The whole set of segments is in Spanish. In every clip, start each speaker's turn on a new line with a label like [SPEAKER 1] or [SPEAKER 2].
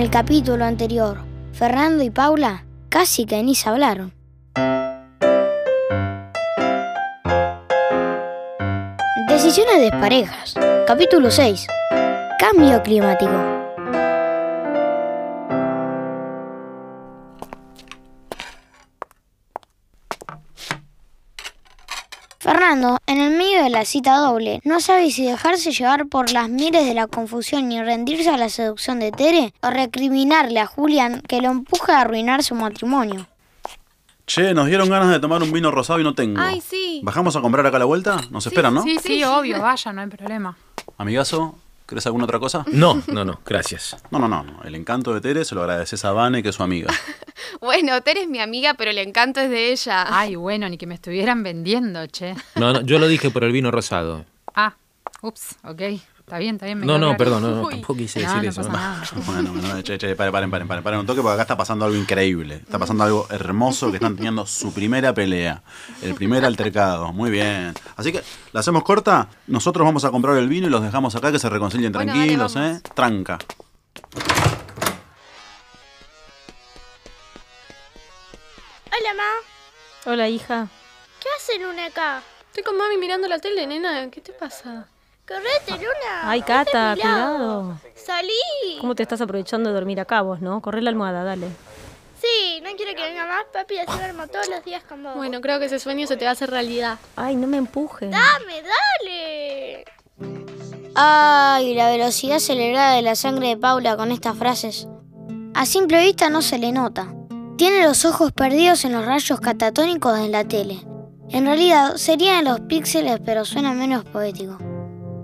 [SPEAKER 1] el capítulo anterior, Fernando y Paula casi que ni se hablaron. Decisiones de parejas, capítulo 6. Cambio climático. Fernando, en el medio de la cita doble, no sabe si dejarse llevar por las miles de la confusión y rendirse a la seducción de Tere o recriminarle a Julián que lo empuja a arruinar su matrimonio.
[SPEAKER 2] Che, nos dieron ganas de tomar un vino rosado y no tengo.
[SPEAKER 3] Ay, sí.
[SPEAKER 2] ¿Bajamos a comprar acá a la vuelta? Nos esperan, ¿no?
[SPEAKER 3] Sí, sí, obvio, vaya, no hay problema.
[SPEAKER 2] Amigazo, ¿querés alguna otra cosa?
[SPEAKER 4] No, no, no, gracias.
[SPEAKER 2] No, no, no. no. El encanto de Tere se lo agradeces a Vane, que es su amiga.
[SPEAKER 5] Bueno, Tere es mi amiga, pero el encanto es de ella.
[SPEAKER 6] Ah,
[SPEAKER 3] Ay, bueno, ni que me estuvieran vendiendo, che.
[SPEAKER 4] No, no, yo lo dije por el vino rosado.
[SPEAKER 3] Ah, ups, ok. Está bien, está bien. me
[SPEAKER 4] No,
[SPEAKER 3] quedó
[SPEAKER 4] no,
[SPEAKER 3] claro.
[SPEAKER 4] perdón, no, no,
[SPEAKER 5] Uy.
[SPEAKER 4] tampoco quise
[SPEAKER 3] No,
[SPEAKER 4] decir
[SPEAKER 3] no
[SPEAKER 4] eso.
[SPEAKER 3] pasa nada.
[SPEAKER 2] Bueno, bueno, che, che, paren, paren, paren, paren, paren un toque porque acá está pasando algo increíble. Está pasando algo hermoso que están teniendo su primera pelea, el primer altercado. Muy bien. Así que, ¿la hacemos corta? Nosotros vamos a comprar el vino y los dejamos acá que se reconcilien
[SPEAKER 5] Bueno, dale,
[SPEAKER 2] tranquilos,
[SPEAKER 5] vamos.
[SPEAKER 2] ¿eh? Tranca.
[SPEAKER 7] Hola, ma.
[SPEAKER 8] Hola, hija.
[SPEAKER 7] ¿Qué hace Luna acá?
[SPEAKER 6] Estoy con mami mirando la tele, nena. ¿Qué te pasa?
[SPEAKER 7] ¡Correte, Luna!
[SPEAKER 8] Ay,
[SPEAKER 7] ¡Vete
[SPEAKER 8] Cata,
[SPEAKER 7] a mi lado!
[SPEAKER 8] cuidado.
[SPEAKER 7] ¡Salí!
[SPEAKER 8] ¿Cómo te estás aprovechando de dormir acá vos, no? Corre la almohada, dale.
[SPEAKER 7] Sí, no quiero que venga más. Papi se duerma todos los días con vos.
[SPEAKER 6] Bueno, creo que ese sueño se te va a hacer realidad.
[SPEAKER 8] Ay, no me empujes.
[SPEAKER 7] ¡Dame, dale!
[SPEAKER 1] Ay, la velocidad acelerada de la sangre de Paula con estas frases. A simple vista no se le nota. Tiene los ojos perdidos en los rayos catatónicos de la tele. En realidad serían los píxeles, pero suena menos poético.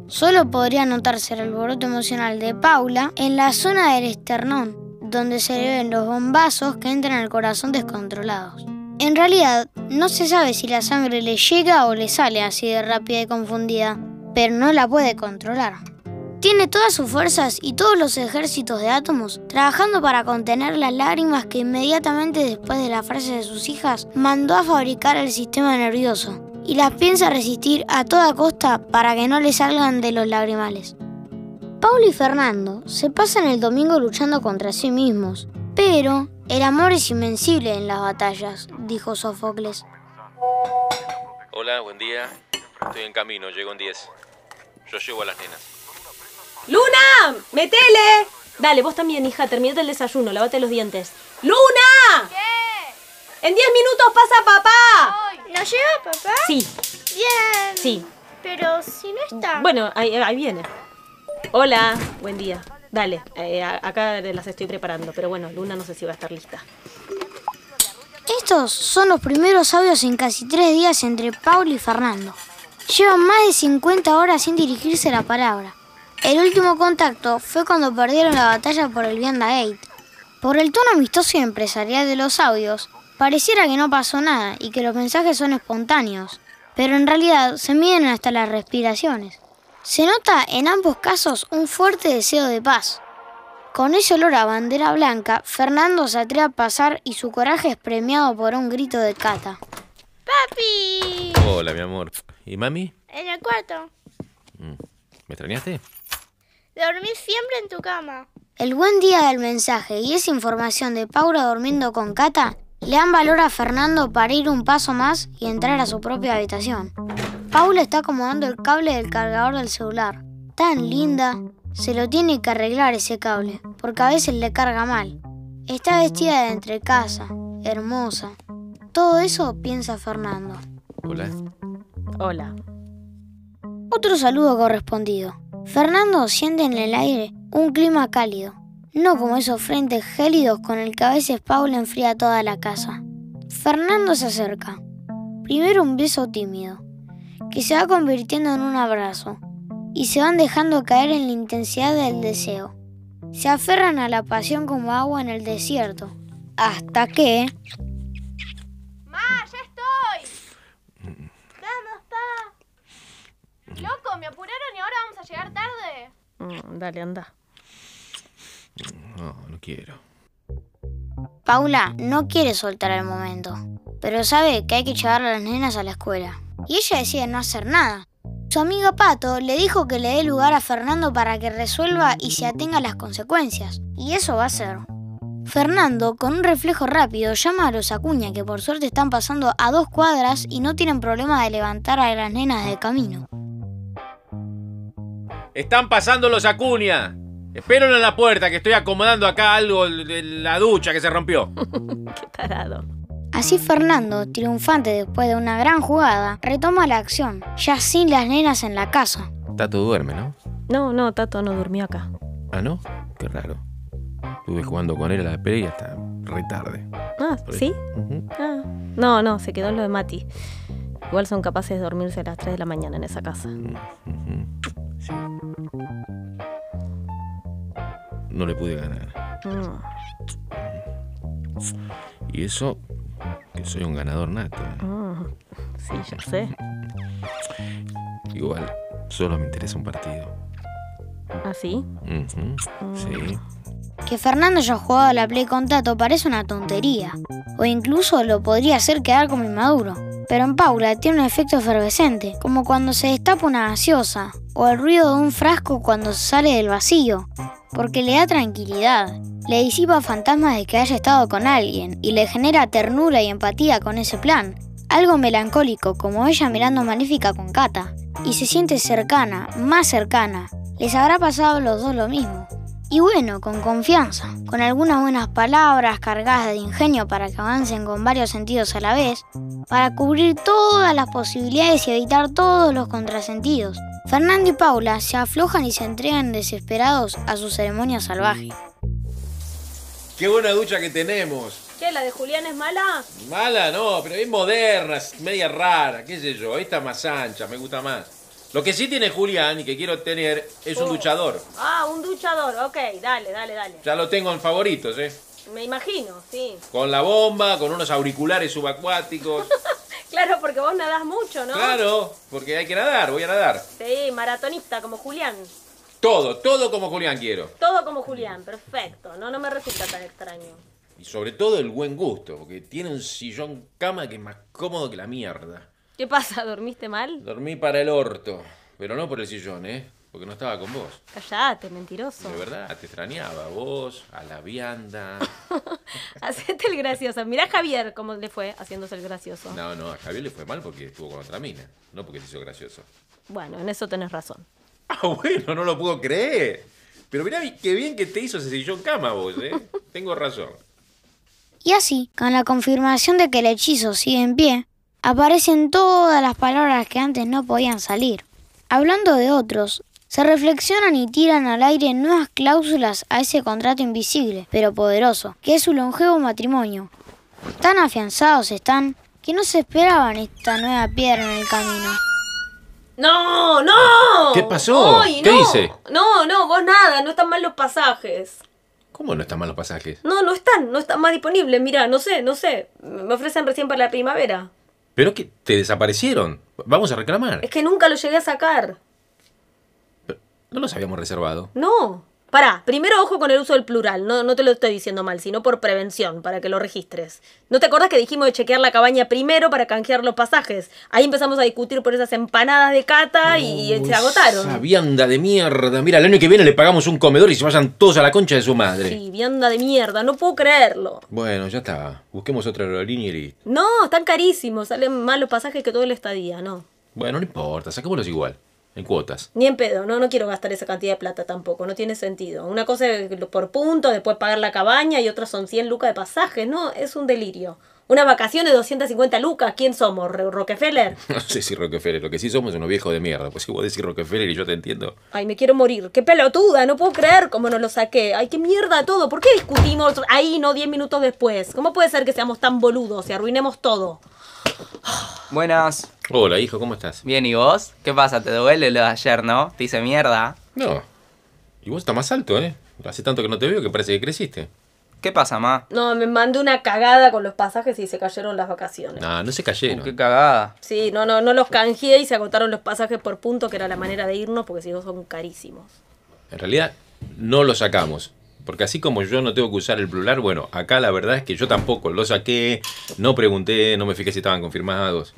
[SPEAKER 1] Solo podría notarse el alboroto emocional de Paula en la zona del esternón, donde se le ven los bombazos que entran al corazón descontrolados. En realidad, no se sabe si la sangre le llega o le sale así de rápida y confundida, pero no la puede controlar. Tiene todas sus fuerzas y todos los ejércitos de átomos trabajando para contener las lágrimas que inmediatamente después de la frase de sus hijas mandó a fabricar el sistema nervioso y las piensa resistir a toda costa para que no le salgan de los lagrimales. Paulo y Fernando se pasan el domingo luchando contra sí mismos, pero el amor es invencible en las batallas, dijo Sófocles.
[SPEAKER 9] Hola, buen día. Estoy en camino, llego en 10. Yo llevo a las nenas.
[SPEAKER 8] ¡Luna! ¡Metele! Dale, vos también, hija. Terminate el desayuno, lavate los dientes. ¡Luna! ¡En 10 minutos pasa papá!
[SPEAKER 7] ¿Nos lleva papá?
[SPEAKER 8] Sí,
[SPEAKER 7] Bien.
[SPEAKER 8] sí.
[SPEAKER 7] Pero si no está.
[SPEAKER 8] Bueno, ahí, ahí viene. Hola, buen día. Dale, eh, a- acá las estoy preparando, pero bueno, Luna no sé si va a estar lista.
[SPEAKER 1] Estos son los primeros audios en casi tres días entre Paula y Fernando. Llevan más de 50 horas sin dirigirse la palabra. El último contacto fue cuando perdieron la batalla por el Vianda Gate. Por el tono amistoso y empresarial de los audios, pareciera que no pasó nada y que los mensajes son espontáneos, pero en realidad se miden hasta las respiraciones. Se nota en ambos casos un fuerte deseo de paz. Con ese olor a bandera blanca, Fernando se atreve a pasar y su coraje es premiado por un grito de Cata.
[SPEAKER 7] ¡Papi!
[SPEAKER 4] Hola, mi amor. ¿Y mami? Mm.
[SPEAKER 7] En el cuarto.
[SPEAKER 4] ¿Me extrañaste?
[SPEAKER 7] Dormís siempre en tu cama.
[SPEAKER 1] El buen día del mensaje y esa información de Paula durmiendo con Cata le dan valor a Fernando para ir un paso más y entrar a su propia habitación. Paula está acomodando el cable del cargador del celular. Tan linda. Se lo tiene que arreglar ese cable, porque a veces le carga mal. Está vestida de entrecasa, hermosa. Todo eso piensa Fernando.
[SPEAKER 4] Hola.
[SPEAKER 8] Hola.
[SPEAKER 1] Otro saludo correspondido. Fernando siente en el aire un clima cálido, no como esos frentes gélidos con el que a veces Paula enfría toda la casa. Fernando se acerca. Primero un beso tímido, que se va convirtiendo en un abrazo, y se van dejando caer en la intensidad del deseo. Se aferran a la pasión como agua en el desierto, hasta que...
[SPEAKER 7] ¡Ma, ya estoy! ¡Vamos, pa! Loco, me apuraron y ahora vamos a llegar tarde.
[SPEAKER 8] Mm, dale, anda.
[SPEAKER 4] No, no quiero.
[SPEAKER 1] Paula no quiere soltar el momento, pero sabe que hay que llevar a las nenas a la escuela. Y ella decide no hacer nada, Su amiga Pato le dijo que le dé lugar a Fernando para que resuelva y se atenga a las consecuencias, y eso va a ser. Fernando, con un reflejo rápido, llama a los Acuña, que por suerte están pasando a dos cuadras y no tienen problema de levantar a las nenas del camino.
[SPEAKER 9] Están pasando los Acuña. Espérenlo en la puerta, que estoy acomodando acá algo de la ducha que se rompió.
[SPEAKER 8] Qué tarado.
[SPEAKER 1] Así Fernando, triunfante después de una gran jugada, retoma la acción, ya sin las nenas en la casa.
[SPEAKER 4] Tato duerme, ¿no?
[SPEAKER 8] No, no, Tato no durmió acá.
[SPEAKER 4] Ah, ¿no? Qué raro. Estuve jugando con él a la pelea hasta re tarde.
[SPEAKER 8] Ah,
[SPEAKER 4] Por ahí.
[SPEAKER 8] ¿sí?
[SPEAKER 4] Ujú.
[SPEAKER 8] Ah. No, no, se quedó en lo de Mati. Igual son capaces de dormirse a las 3 de la mañana en esa casa.
[SPEAKER 9] Mm.
[SPEAKER 4] No le pude ganar.
[SPEAKER 8] Mm.
[SPEAKER 4] Y eso que soy un ganador nato. ¿eh?
[SPEAKER 8] Mm. Sí, ya sé.
[SPEAKER 4] Igual, solo me interesa un partido.
[SPEAKER 8] ¿Ah, sí?
[SPEAKER 4] Ujú. Sí.
[SPEAKER 1] Que Fernando haya jugado a la play con Tato parece una tontería, o incluso lo podría hacer quedar como inmaduro. Pero en Paula tiene un efecto efervescente, como cuando se destapa una gaseosa, o el ruido de un frasco cuando sale del vacío, porque le da tranquilidad, le disipa fantasmas de que haya estado con alguien, y le genera ternura y empatía con ese plan, algo melancólico como ella mirando Maléfica con Cata, y se siente cercana, más cercana, les habrá pasado a los dos lo mismo. Y bueno, con confianza, con algunas buenas palabras cargadas de ingenio para que avancen con varios sentidos a la vez, para cubrir todas las posibilidades y evitar todos los contrasentidos. Fernando y Paula se aflojan y se entregan desesperados a su ceremonia salvaje.
[SPEAKER 9] Qué buena ducha que tenemos.
[SPEAKER 8] ¿Qué? ¿La de Julián es mala?
[SPEAKER 9] Mala no, pero es moderna, es media rara, qué sé yo. Esta más ancha, me gusta más. Lo que sí tiene Julián y que quiero tener es un duchador.
[SPEAKER 8] Ah, un duchador. Ok, dale, dale, dale.
[SPEAKER 9] Ya lo tengo en favoritos, ¿eh?
[SPEAKER 8] Me imagino, sí.
[SPEAKER 9] Con la bomba, con unos auriculares subacuáticos.
[SPEAKER 8] Claro, porque vos nadás mucho, ¿no?
[SPEAKER 9] Claro, porque hay que nadar, voy a nadar.
[SPEAKER 8] Sí, maratonista como Julián.
[SPEAKER 9] Todo, todo como Julián quiero.
[SPEAKER 8] Todo como Julián, perfecto. No, no me resulta tan extraño.
[SPEAKER 9] Y sobre todo el buen gusto, porque tiene un sillón cama que es más cómodo que la mierda.
[SPEAKER 8] ¿Qué pasa? ¿Dormiste mal?
[SPEAKER 9] Dormí para el orto, pero no por el sillón, ¿eh? Porque no estaba con vos.
[SPEAKER 8] Callate, mentiroso.
[SPEAKER 9] De verdad, te extrañaba a vos, a la vianda.
[SPEAKER 8] Hacete el gracioso. Mirá a Javier cómo le fue haciéndose el gracioso.
[SPEAKER 9] No, no, a Javier le fue mal porque estuvo con otra mina, no porque se hizo gracioso.
[SPEAKER 8] Bueno, en eso tenés razón.
[SPEAKER 9] Ah, bueno, no lo puedo creer. Pero mirá qué bien que te hizo ese sillón cama vos, ¿eh? Tengo razón.
[SPEAKER 1] Y así, con la confirmación de que el hechizo sigue en pie, aparecen todas las palabras que antes no podían salir. Hablando de otros, se reflexionan y tiran al aire nuevas cláusulas a ese contrato invisible, pero poderoso, que es su longevo matrimonio. Tan afianzados están que no se esperaban esta nueva piedra en el camino.
[SPEAKER 8] ¡No! ¡No!
[SPEAKER 4] ¿Qué pasó?
[SPEAKER 8] ¡Ay,
[SPEAKER 4] ¿Qué
[SPEAKER 8] no!
[SPEAKER 4] hice?
[SPEAKER 8] No, no, vos nada, no están mal los pasajes.
[SPEAKER 4] ¿Cómo no están mal los pasajes?
[SPEAKER 8] No, no están, no están más disponibles. Mirá, no sé, no sé. Me ofrecen recién para la primavera.
[SPEAKER 4] Pero que te desaparecieron. Vamos a reclamar.
[SPEAKER 8] Es que nunca lo llegué a sacar.
[SPEAKER 4] No los habíamos reservado.
[SPEAKER 8] No. Pará, primero ojo con el uso del plural, no, no te lo estoy diciendo mal, sino por prevención, para que lo registres. ¿No te acordás que dijimos de chequear la cabaña primero para canjear los pasajes? Ahí empezamos a discutir por esas empanadas de cata y eh, se
[SPEAKER 4] Esa
[SPEAKER 8] agotaron.
[SPEAKER 4] vianda de mierda. Mira, el año que viene le pagamos un comedor y se vayan todos a la concha de su madre.
[SPEAKER 8] Sí, vianda de mierda, no puedo creerlo.
[SPEAKER 4] Bueno, ya está. Busquemos otra aerolínea y listo.
[SPEAKER 8] No, están carísimos, salen más los pasajes que todo el estadía, no.
[SPEAKER 4] Bueno, no importa, sacámoslos igual. En cuotas.
[SPEAKER 8] Ni en pedo, no, no quiero gastar esa cantidad de plata tampoco, no tiene sentido. Una cosa es lo- por punto, después pagar la cabaña y otra son 100 lucas de pasaje, no, es un delirio. Una vacación de 250 lucas, ¿quién somos? ¿Ro- ¿Rockefeller?
[SPEAKER 4] No sé si Rockefeller, lo que sí somos es unos viejos de mierda. Pues si vos decís Rockefeller y yo te entiendo.
[SPEAKER 8] Ay, me quiero morir, qué pelotuda, no puedo creer cómo no lo saqué. Ay, qué mierda todo, ¿por qué discutimos ahí no 10 minutos después? ¿Cómo puede ser que seamos tan boludos y arruinemos todo?
[SPEAKER 10] Buenas.
[SPEAKER 4] Hola, hijo, ¿cómo estás?
[SPEAKER 10] Bien, ¿y vos? ¿Qué pasa? ¿Te duele lo de ayer, no? Te hice mierda.
[SPEAKER 4] No. Y vos estás más alto, ¿eh? Hace tanto que no te veo que parece que creciste.
[SPEAKER 10] ¿Qué pasa, ma?
[SPEAKER 8] No, me mandé una cagada con los pasajes y se cayeron las vacaciones.
[SPEAKER 4] No, no se
[SPEAKER 10] Uh,
[SPEAKER 4] cayeron.
[SPEAKER 10] qué cagada.
[SPEAKER 8] Sí, no, no, no los canjeé y se agotaron los pasajes por punto, que era la manera de irnos, porque si no son carísimos.
[SPEAKER 4] En realidad, no lo sacamos. Porque así como yo no tengo que usar el plural, bueno, acá la verdad es que yo tampoco lo saqué, no pregunté, no me fijé si estaban confirmados.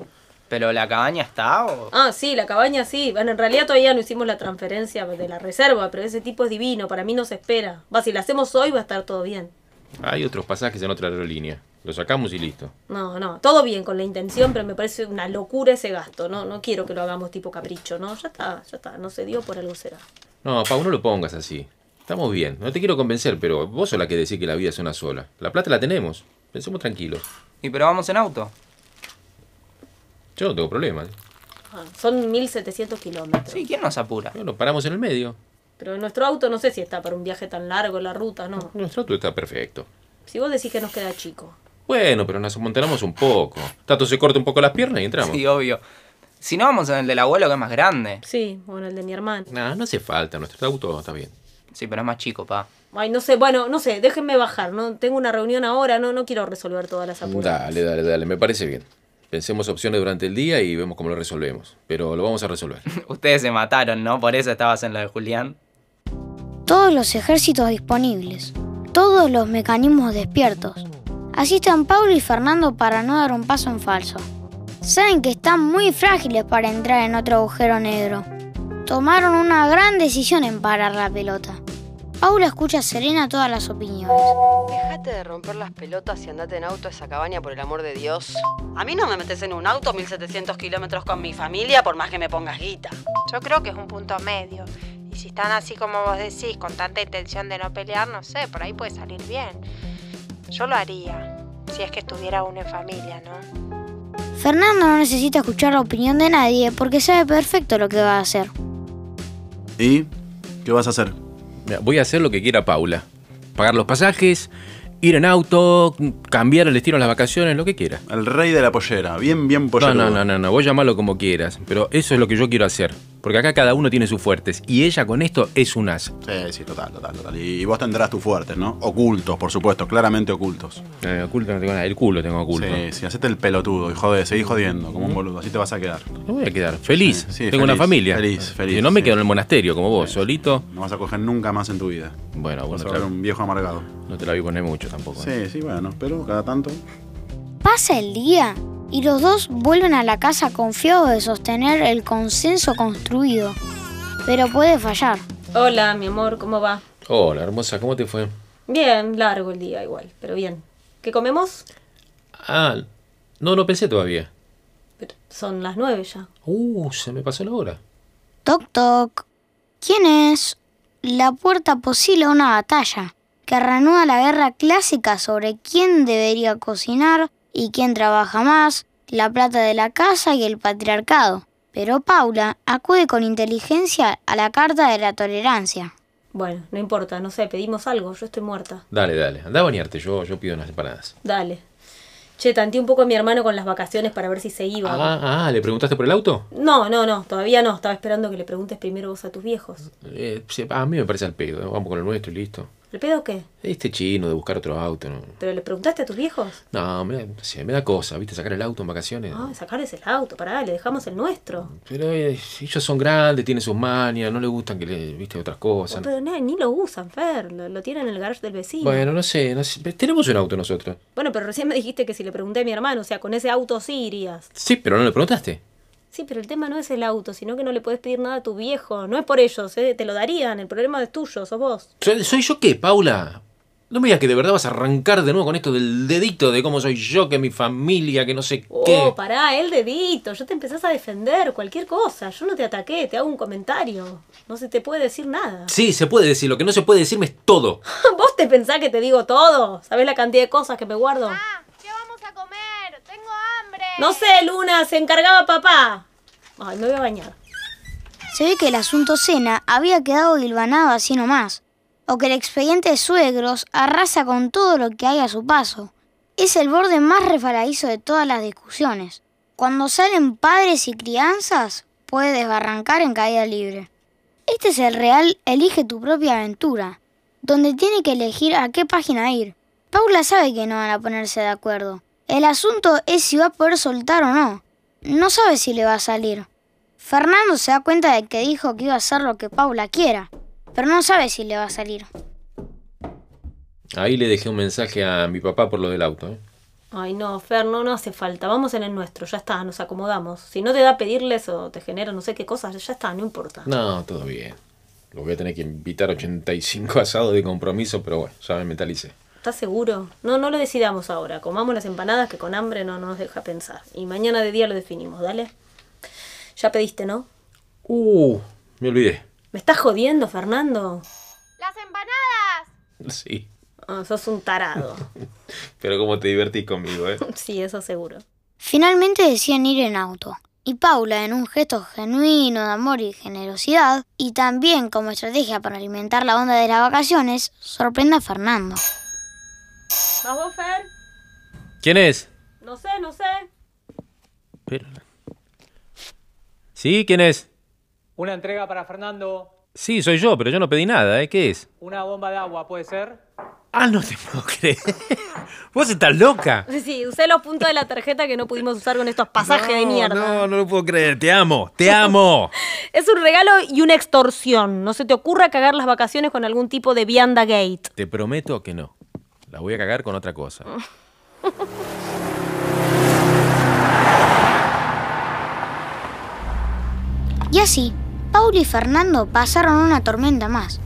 [SPEAKER 10] Pero la cabaña está o.
[SPEAKER 8] Ah, sí, la cabaña sí. Bueno, en realidad todavía no hicimos la transferencia de la reserva, pero ese tipo es divino, para mí no se espera. Va, si la hacemos hoy va a estar todo bien.
[SPEAKER 4] Hay otros pasajes en otra aerolínea. Lo sacamos y listo.
[SPEAKER 8] No, no, todo bien con la intención, pero me parece una locura ese gasto. No, no quiero que lo hagamos tipo capricho, ¿no? Ya está, ya está, no se dio por algo será.
[SPEAKER 4] No, Pau, no lo pongas así. Estamos bien. No te quiero convencer, pero vos sos la que decís que la vida es una sola. La plata la tenemos. Pensemos tranquilos.
[SPEAKER 10] ¿Y pero vamos en auto?
[SPEAKER 4] Yo no tengo problemas.
[SPEAKER 8] Ah, son 1700 kilómetros.
[SPEAKER 10] Sí, ¿quién nos apura?
[SPEAKER 4] Bueno, paramos en el medio.
[SPEAKER 8] Pero nuestro auto no sé si está para un viaje tan largo, la ruta, ¿no?
[SPEAKER 4] Nuestro auto está perfecto.
[SPEAKER 8] Si vos decís que nos queda chico.
[SPEAKER 4] Bueno, pero nos amontonamos un poco. Tato se corta un poco las piernas y entramos.
[SPEAKER 10] Sí, obvio. Si no, vamos en el del abuelo que es más grande.
[SPEAKER 8] Sí, bueno, el de mi hermano.
[SPEAKER 4] Nah, no hace falta. Nuestro auto está bien.
[SPEAKER 10] Sí, pero es más chico, pa.
[SPEAKER 8] Ay, no sé, bueno, no sé, déjenme bajar, ¿no? Tengo una reunión ahora, no, no quiero resolver todas las apuras.
[SPEAKER 4] Dale, dale, dale. Me parece bien. Pensemos opciones durante el día y vemos cómo lo resolvemos. Pero lo vamos a resolver.
[SPEAKER 10] Ustedes se mataron, ¿no? Por eso estabas en lo de Julián.
[SPEAKER 1] Todos los ejércitos disponibles, todos los mecanismos despiertos. Así están Pablo y Fernando para no dar un paso en falso. Saben que están muy frágiles para entrar en otro agujero negro. Tomaron una gran decisión en parar la pelota. Paula escucha serena todas las opiniones.
[SPEAKER 11] Dejate de romper las pelotas y andate en auto a esa cabaña, por el amor de Dios. A mí no me metes en un auto 1700 kilómetros con mi familia, por más que me pongas guita.
[SPEAKER 12] Yo creo que es un punto medio. Y si están así como vos decís, con tanta intención de no pelear, no sé, por ahí puede salir bien. Yo lo haría, si es que estuviera uno en familia, ¿no?
[SPEAKER 1] Fernando no necesita escuchar la opinión de nadie porque sabe perfecto lo que va a hacer.
[SPEAKER 2] ¿Y qué vas a hacer?
[SPEAKER 13] Mira, voy a hacer lo que quiera Paula. Pagar los pasajes, ir en auto, cambiar el destino en las vacaciones, lo que quiera.
[SPEAKER 2] El rey de la pollera, bien, bien
[SPEAKER 13] No,
[SPEAKER 2] pollero.
[SPEAKER 13] no, no, no, no, vos llamalo como quieras, pero eso es lo que yo quiero hacer. Porque acá cada uno tiene sus fuertes y ella con esto es un as.
[SPEAKER 2] Sí, sí, total, total, total. Y vos tendrás tus fuertes, ¿no? Ocultos, por supuesto, claramente ocultos.
[SPEAKER 13] Eh, oculto no tengo nada, el culo tengo oculto.
[SPEAKER 2] Sí, sí, hacete el pelotudo y joder, seguí jodiendo como un boludo, así te vas a quedar.
[SPEAKER 13] Me voy a quedar feliz.
[SPEAKER 2] Sí, sí,
[SPEAKER 13] tengo una
[SPEAKER 2] feliz,
[SPEAKER 13] familia.
[SPEAKER 2] feliz, feliz,
[SPEAKER 13] Yo no me
[SPEAKER 2] sí.
[SPEAKER 13] quedo en el monasterio como vos, solito.
[SPEAKER 2] No vas a coger nunca más en tu vida.
[SPEAKER 13] Bueno,
[SPEAKER 2] Vas
[SPEAKER 13] bueno,
[SPEAKER 2] a
[SPEAKER 13] te
[SPEAKER 2] ver
[SPEAKER 13] la-
[SPEAKER 2] un viejo amargado.
[SPEAKER 13] no te la voy a poner mucho tampoco. ¿eh?
[SPEAKER 2] Sí, sí, bueno, pero cada tanto.
[SPEAKER 1] Pasa el día y los dos vuelven a la casa confiados de sostener el consenso construido. Pero puede fallar.
[SPEAKER 8] Hola, mi amor, ¿cómo va?
[SPEAKER 4] Hola, hermosa, ¿cómo te fue?
[SPEAKER 8] Bien, largo el día igual, pero bien. ¿Qué comemos?
[SPEAKER 4] Ah, no, no pensé todavía.
[SPEAKER 8] Pero son las nueve ya.
[SPEAKER 4] Uh, se me pasó la hora.
[SPEAKER 1] Toc toc. ¿Quién es? La puerta posila una batalla que reanuda la guerra clásica sobre quién debería cocinar y quién trabaja más, la plata de la casa y el patriarcado. Pero Paula acude con inteligencia a la carta de la tolerancia.
[SPEAKER 8] Bueno, no importa, no sé, pedimos algo, yo estoy muerta.
[SPEAKER 4] Dale, dale, anda a bañarte, yo, yo pido unas empanadas.
[SPEAKER 8] Dale. Che, tanteé un poco a mi hermano con las vacaciones para ver si se iba.
[SPEAKER 4] Ah, ah, ¿le preguntaste por el auto?
[SPEAKER 8] No, no, no, todavía no, estaba esperando que le preguntes primero vos a tus viejos.
[SPEAKER 4] Eh, sí, a mí me parece al pedo, ¿eh? vamos con el nuestro y listo.
[SPEAKER 8] ¿El pedo qué?
[SPEAKER 4] Este chino de buscar otro auto, no,
[SPEAKER 8] ¿Pero le preguntaste a tus viejos?
[SPEAKER 4] no me, da, no sé, me da cosa, ¿viste? Sacar el auto en vacaciones.
[SPEAKER 8] Ah, sacarles el auto, pará, le dejamos el nuestro.
[SPEAKER 4] Pero eh, ellos son grandes, tienen sus manias, no les gustan que le, viste, otras cosas.
[SPEAKER 8] Pero na- ni lo usan, Fer, lo, lo tienen en el garage del vecino.
[SPEAKER 4] Bueno, no sé, no sé, pero tenemos un auto nosotros.
[SPEAKER 8] Bueno, pero recién me dijiste que si le pregunté a mi hermano, o sea, con ese auto sí irías.
[SPEAKER 4] Sí, pero no le preguntaste.
[SPEAKER 8] Sí, pero el tema no es el auto, sino que no le puedes pedir nada a tu viejo. No es por ellos, ¿eh? te lo darían. El problema es tuyo, sos vos.
[SPEAKER 4] ¿Soy, soy yo qué, Paula? No me digas que de verdad vas a arrancar de nuevo con esto del dedito de cómo soy yo, que mi familia, que no sé qué.
[SPEAKER 8] Oh, pará, el dedito. Yo te empezás a defender cualquier cosa. Yo no te ataqué, te hago un comentario. No se te puede decir nada.
[SPEAKER 4] Sí, se puede decir, lo que no se puede decirme es todo.
[SPEAKER 8] ¿Vos te pensás que te digo todo? ¿Sabés la cantidad de cosas que me guardo?
[SPEAKER 7] Ah,
[SPEAKER 8] No sé, Luna, se encargaba papá. Ay, me voy a bañar.
[SPEAKER 1] Se ve que el asunto cena había quedado hilvanado así nomás, o que el expediente de suegros arrasa con todo lo que hay a su paso. Es el borde más resbaladizo de todas las discusiones. Cuando salen padres y crianzas, puede desbarrancar en caída libre. Este es el real Elige tu propia aventura, donde tiene que elegir a qué página ir. Paula sabe que no van a ponerse de acuerdo. El asunto es si va a poder soltar o no. No sabe si le va a salir. Fernando se da cuenta de que dijo que iba a hacer lo que Paula quiera, pero no sabe si le va a salir.
[SPEAKER 4] Ahí le dejé un mensaje a mi papá por lo del auto. ¿eh?
[SPEAKER 8] Ay, no, Fer, no, no hace falta. Vamos en el nuestro, ya está, nos acomodamos. Si no te da pedirles o te genera no sé qué cosas, ya está, no importa.
[SPEAKER 9] No, todo bien. Lo voy a tener que invitar a 85 asados de compromiso, pero bueno, ya me mentalicé.
[SPEAKER 8] ¿Estás seguro? No, no lo decidamos ahora. Comamos las empanadas que con hambre no nos deja pensar. Y mañana de día lo definimos, dale. Ya pediste, ¿no?
[SPEAKER 9] Uh, me olvidé.
[SPEAKER 8] ¿Me estás jodiendo, Fernando?
[SPEAKER 7] ¡Las empanadas!
[SPEAKER 9] Sí,
[SPEAKER 8] Ah, sos un tarado.
[SPEAKER 9] pero como te divertís conmigo, ¿eh?
[SPEAKER 8] sí, eso seguro.
[SPEAKER 1] Finalmente decían ir en auto. Y Paula, en un gesto genuino de amor y generosidad, y también como estrategia para alimentar la onda de las vacaciones, sorprende a Fernando.
[SPEAKER 8] ¿Vas vos, Fer?
[SPEAKER 4] ¿Quién es?
[SPEAKER 8] No sé, no sé.
[SPEAKER 4] Pero- ¿Sí? ¿Quién es?
[SPEAKER 14] Una entrega para Fernando.
[SPEAKER 4] Sí, soy yo, pero yo no pedí nada, ¿eh? ¿Qué es?
[SPEAKER 14] Una bomba de agua, ¿puede ser?
[SPEAKER 4] Ah, no te puedo creer. Vos estás loca.
[SPEAKER 8] Sí, usé los puntos de la tarjeta que no pudimos usar con estos pasajes de mierda.
[SPEAKER 4] No, no lo puedo creer. Te amo, te amo.
[SPEAKER 8] Es un regalo y una extorsión. No se te ocurra cagar las vacaciones con algún tipo de vianda gate.
[SPEAKER 4] Te prometo que no. La voy a cagar con otra cosa.
[SPEAKER 1] Y así, Paula y Fernando pasaron una tormenta más.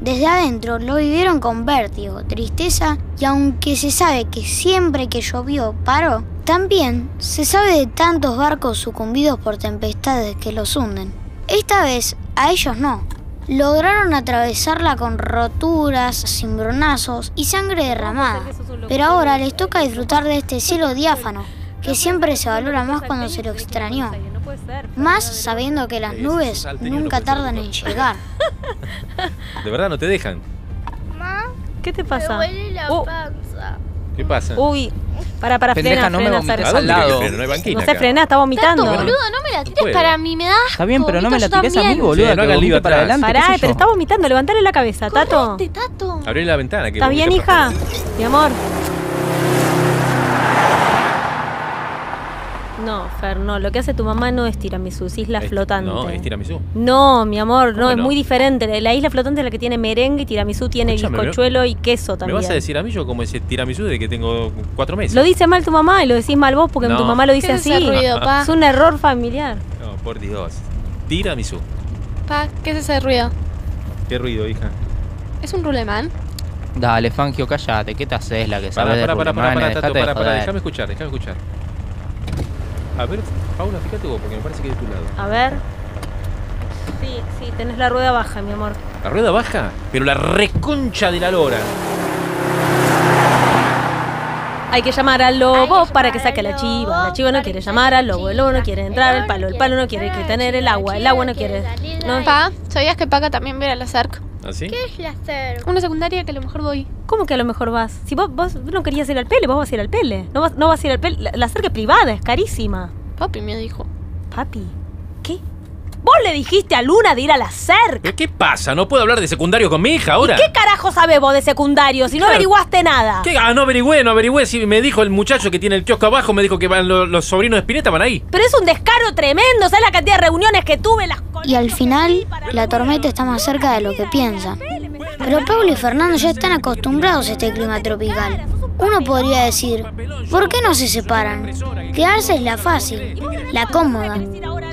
[SPEAKER 1] Desde adentro lo vivieron con vértigo, tristeza y aunque se sabe que siempre que llovió paró, también se sabe de tantos barcos sucumbidos por tempestades que los hunden. Esta vez a ellos no. Lograron atravesarla con roturas, cimbronazos y sangre derramada. Pero ahora les toca disfrutar de este cielo diáfano, que siempre se valora más cuando se lo extrañó. Más sabiendo que las nubes nunca tardan en llegar.
[SPEAKER 4] De verdad, no te dejan.
[SPEAKER 8] ¿Qué te pasa?
[SPEAKER 7] la
[SPEAKER 8] Oh,
[SPEAKER 7] panza.
[SPEAKER 4] ¿Qué pasa?
[SPEAKER 8] uy, para, para,
[SPEAKER 10] Pendeja,
[SPEAKER 8] frena,
[SPEAKER 10] no me
[SPEAKER 8] frena,
[SPEAKER 10] vomites
[SPEAKER 8] Sara.
[SPEAKER 10] al lado.
[SPEAKER 4] No hay banquina
[SPEAKER 8] No se
[SPEAKER 4] acá.
[SPEAKER 8] frena, está vomitando.
[SPEAKER 4] Tanto, boludo,
[SPEAKER 7] no me la
[SPEAKER 4] tires puedo. para
[SPEAKER 7] mí, me das.
[SPEAKER 10] Está bien, pero no me la
[SPEAKER 7] vomito yo
[SPEAKER 10] tires a mí,
[SPEAKER 7] también.
[SPEAKER 10] boludo.
[SPEAKER 4] Sí, no
[SPEAKER 10] que
[SPEAKER 4] hagas lío
[SPEAKER 10] vomito para
[SPEAKER 4] atrás.
[SPEAKER 10] adelante.
[SPEAKER 8] Pará, eh,
[SPEAKER 10] qué sé
[SPEAKER 8] pero
[SPEAKER 10] yo.
[SPEAKER 8] está vomitando, levantale la cabeza, Tato.
[SPEAKER 4] Abrí la ventana. que
[SPEAKER 8] ¿Estás bien,
[SPEAKER 4] vomita
[SPEAKER 8] hija? Mi amor. No, Fer, no. Lo que hace tu mamá no es tiramisú, es isla
[SPEAKER 4] Es-
[SPEAKER 8] flotante.
[SPEAKER 4] No, es tiramisú.
[SPEAKER 8] No, mi amor, no,
[SPEAKER 4] ¿Cómo
[SPEAKER 8] es
[SPEAKER 4] no?
[SPEAKER 8] muy diferente. La isla flotante es la que tiene merengue y tiramisú tiene
[SPEAKER 4] Escúchame,
[SPEAKER 8] bizcochuelo y queso
[SPEAKER 4] ¿Me
[SPEAKER 8] también.
[SPEAKER 4] vas a decir a mí yo como ese tiramisú de que tengo cuatro meses?
[SPEAKER 8] Lo dice mal tu mamá y lo decís mal vos porque
[SPEAKER 4] No.
[SPEAKER 8] tu mamá lo dice
[SPEAKER 4] ¿Qué es
[SPEAKER 8] así.
[SPEAKER 4] ese ruido, pa?
[SPEAKER 8] Es un error familiar.
[SPEAKER 4] No, por Dios. Tiramisú.
[SPEAKER 6] Pa, ¿qué es ese ruido?
[SPEAKER 4] Qué ruido, hija.
[SPEAKER 6] ¿Es un rulemán?
[SPEAKER 10] Dale, Fangio, cállate. ¿Qué te haces la que
[SPEAKER 4] Pará,
[SPEAKER 10] sabes de
[SPEAKER 4] pará, pará, pará,
[SPEAKER 10] rulemanes?
[SPEAKER 4] pará, Tato,
[SPEAKER 10] Dejate de
[SPEAKER 4] pará, pará,
[SPEAKER 10] joder.
[SPEAKER 4] déjame escuchar, déjame escuchar. A ver, Paula, fíjate vos, porque me parece que es de tu lado.
[SPEAKER 8] A ver. Sí, sí, tenés la rueda baja, mi amor.
[SPEAKER 4] La rueda baja, pero la reconcha de la lora.
[SPEAKER 8] Hay que llamar al lobo para que saque a la chiva. La chiva no quiere llamar al lobo, el lobo no quiere entrar, el palo, el palo no quiere que tener el agua, el agua no quiere.
[SPEAKER 6] No. Pa, ¿sabías que Paca también ve a la CERC?
[SPEAKER 4] ¿Así?
[SPEAKER 6] es la CERC? Una secundaria que a lo mejor voy.
[SPEAKER 8] ¿Cómo que a lo mejor vas? Si vos, vos no querías ir al pele, vos vas a ir al pele. No vas, no vas a ir al pele. La, la cerca es privada, es carísima.
[SPEAKER 6] Papi me dijo.
[SPEAKER 8] Papi, ¿qué? ¿Vos le dijiste a Luna de ir a la cerca?
[SPEAKER 4] ¿Pero qué pasa? ¿No puedo hablar de secundario con mi hija ahora?
[SPEAKER 8] ¿Qué carajo sabés vos de secundario si no
[SPEAKER 4] Claro.
[SPEAKER 8] averiguaste nada?
[SPEAKER 4] ¿Qué? Ah, no averigüé, no averigüé. Si me dijo el muchacho que tiene el kiosco abajo, me dijo que van lo- los sobrinos de Spinetta van ahí.
[SPEAKER 8] Pero es un descaro tremendo, ¿sabes la cantidad de reuniones que tuve? Las...
[SPEAKER 1] Y al final, la tormenta está más cerca de lo que piensan. Pero Pablo y Fernando ya están acostumbrados a este clima tropical. Uno podría decir, ¿por qué no se separan? Quedarse es la fácil, la cómoda.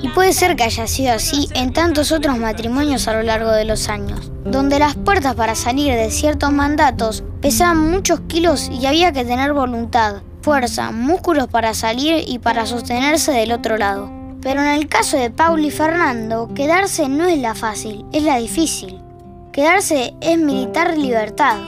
[SPEAKER 1] Y puede ser que haya sido así en tantos otros matrimonios a lo largo de los años, donde las puertas para salir de ciertos mandatos pesaban muchos kilos y había que tener voluntad, fuerza, músculos para salir y para sostenerse del otro lado. Pero en el caso de Paula y Fernando, quedarse no es la fácil, es la difícil. Quedarse es militar libertad,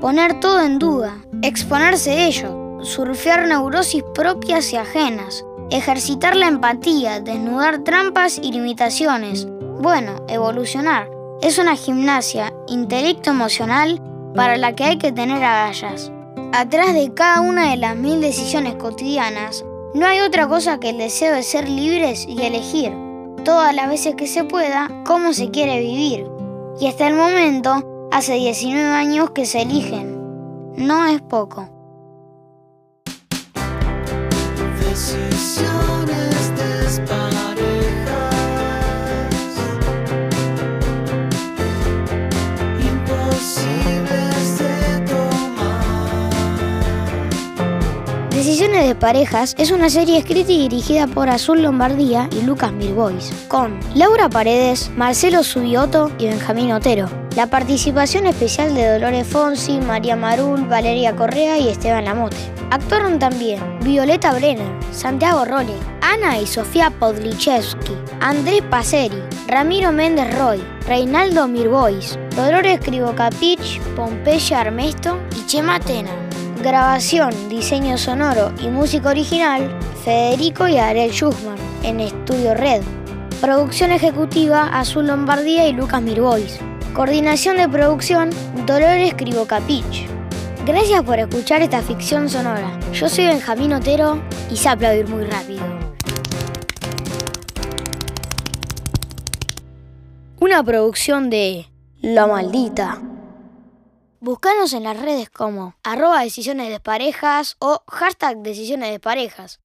[SPEAKER 1] poner todo en duda, exponerse ello, surfear neurosis propias y ajenas, ejercitar la empatía, desnudar trampas y limitaciones. Bueno, evolucionar. Es una gimnasia intelecto-emocional para la que hay que tener agallas. Atrás de cada una de las mil decisiones cotidianas, no hay otra cosa que el deseo de ser libres y elegir, todas las veces que se pueda, cómo se quiere vivir. Y hasta el momento, hace 19 años que se eligen. No es poco.
[SPEAKER 11] Decisiones desparejas, imposibles de tomar.
[SPEAKER 1] Decisiones de Parejas es una serie escrita y dirigida por Azul Lombardía y Lucas Mirbois, con Laura Paredes, Marcelo Subioto y Benjamín Otero. La participación especial de Dolores Fonsi, María Marul, Valeria Correa y Esteban Lamote. Actuaron también Violeta Brenner, Santiago Rolli, Ana y Sofía Podlichevsky, Andrés Paceri, Ramiro Méndez Roy, Reinaldo Mirbois, Dolores Crivocapich, Pompeya Armesto y Chema Tena. Grabación, diseño sonoro y música original, Federico y Ariel Schuchman, en Estudio Red. Producción ejecutiva, Azul Lombardía y Lucas Mirbois. Coordinación de producción, Dolores Crivocapich. Gracias por escuchar esta ficción sonora. Yo soy Benjamín Otero y sé aplaudir muy rápido. Una producción de La Maldita. Búscanos en las redes como arroba decisiones de parejas o hashtag decisiones de parejas.